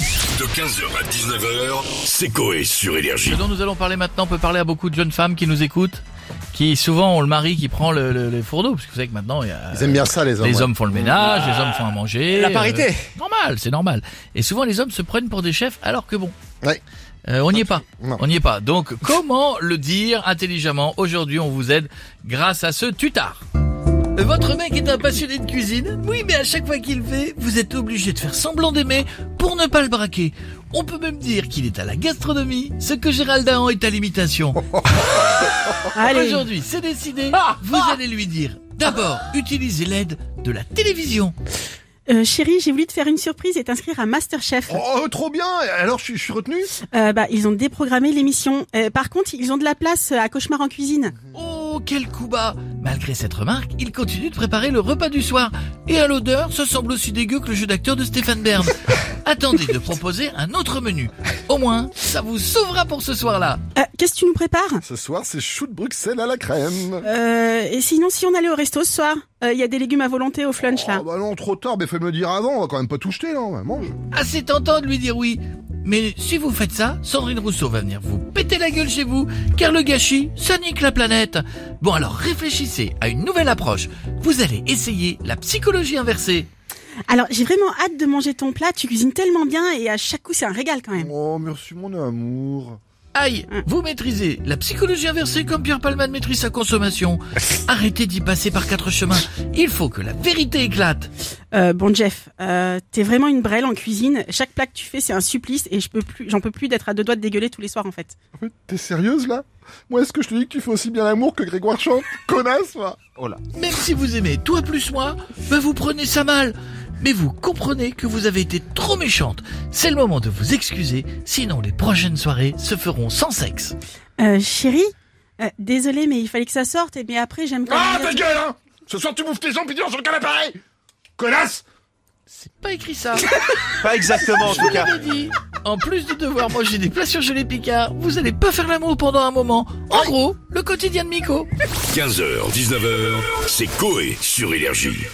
De 15h à 19h, c'est Coé sur Énergie. Ce dont nous allons parler maintenant peut parler à beaucoup de jeunes femmes qui nous écoutent, qui souvent ont le mari qui prend le, le, le fourneau, parce que vous savez que maintenant, il y a, Ils aiment bien ça, les hommes. les ouais. hommes font le ménage, les hommes font à manger. La parité. euh, normal, c'est normal. Et souvent, les hommes se prennent pour des chefs, alors que bon, Ouais. euh, on n'y est pas. Non. On n'y est pas. Donc, comment le dire intelligemment Aujourd'hui, on vous aide grâce à ce tutard. Votre mec est un passionné de cuisine. Oui, mais à chaque fois qu'il le fait, vous êtes obligé de faire semblant d'aimer pour ne pas le braquer. On peut même dire qu'il est à la gastronomie, ce que Gérald Dahan est à l'imitation. Oh. Allez. Aujourd'hui, c'est décidé. Ah. Vous allez lui dire d'abord, utilisez l'aide de la télévision. Euh, chérie, j'ai voulu te faire une surprise et t'inscrire à Masterchef. Oh, trop bien Alors, je suis- je suis retenu Euh, bah, ils ont déprogrammé l'émission. Euh, par contre, ils ont de la place euh, à Cauchemar en cuisine. Oh, quel coup bas Malgré cette remarque, il continue de préparer le repas du soir. Et à l'odeur, ça semble aussi dégueu que le jeu d'acteur de Stéphane Bern. Attendez de proposer un autre menu. Au moins, ça vous sauvera pour ce soir-là. Euh, Qu'est-ce que tu nous prépares Ce soir, c'est chou de Bruxelles à la crème. euh, Et sinon, si on allait au resto ce soir, euh, il y a des légumes à volonté au flunch là. Oh, bah non, trop tard, mais fais me le dire avant, on va quand même pas tout jeter, là, ouais, mange. Assez tentant de lui dire oui. Mais si vous faites ça, Sandrine Rousseau va venir vous péter la gueule chez vous, car le gâchis, ça nique la planète. Bon alors réfléchissez à une nouvelle approche. Vous allez essayer la psychologie inversée. Alors, j'ai vraiment hâte de manger ton plat. Tu cuisines tellement bien et à chaque coup, c'est un régal quand même. Oh, merci mon amour. Aïe, vous maîtrisez la psychologie inversée comme Pierre Palman maîtrise sa consommation. Arrêtez d'y passer par quatre chemins. Il faut que la vérité éclate. Euh, bon Jeff, euh, t'es vraiment une brêle en cuisine. Chaque plat que tu fais, c'est un supplice et je peux plus, j'en peux plus d'être à deux doigts de dégueuler tous les soirs en fait. En fait, T'es sérieuse, là Moi, est-ce que je te dis que tu fais aussi bien l'amour que Grégoire Chante Connasse, va Oh là. Même si vous aimez toi plus moi, ben vous prenez ça mal. Mais vous comprenez que vous avez été trop méchante. C'est le moment de vous excuser, sinon les prochaines soirées se feront sans sexe. Euh, chérie, euh, désolée mais il fallait que ça sorte. Et mais après, j'aime pas. Ah, ta gueule, hein Ce soir, tu bouffes tes jambes, puis tu dors sur le canapé Connasse C'est pas écrit ça. Pas exactement en tout Je cas. l'avais dit. En plus de devoir manger des plats surgelés Picard, vous allez pas faire l'amour pendant un moment. En gros, le quotidien de Miko. 15h, 19h, c'est Coé sur Énergie.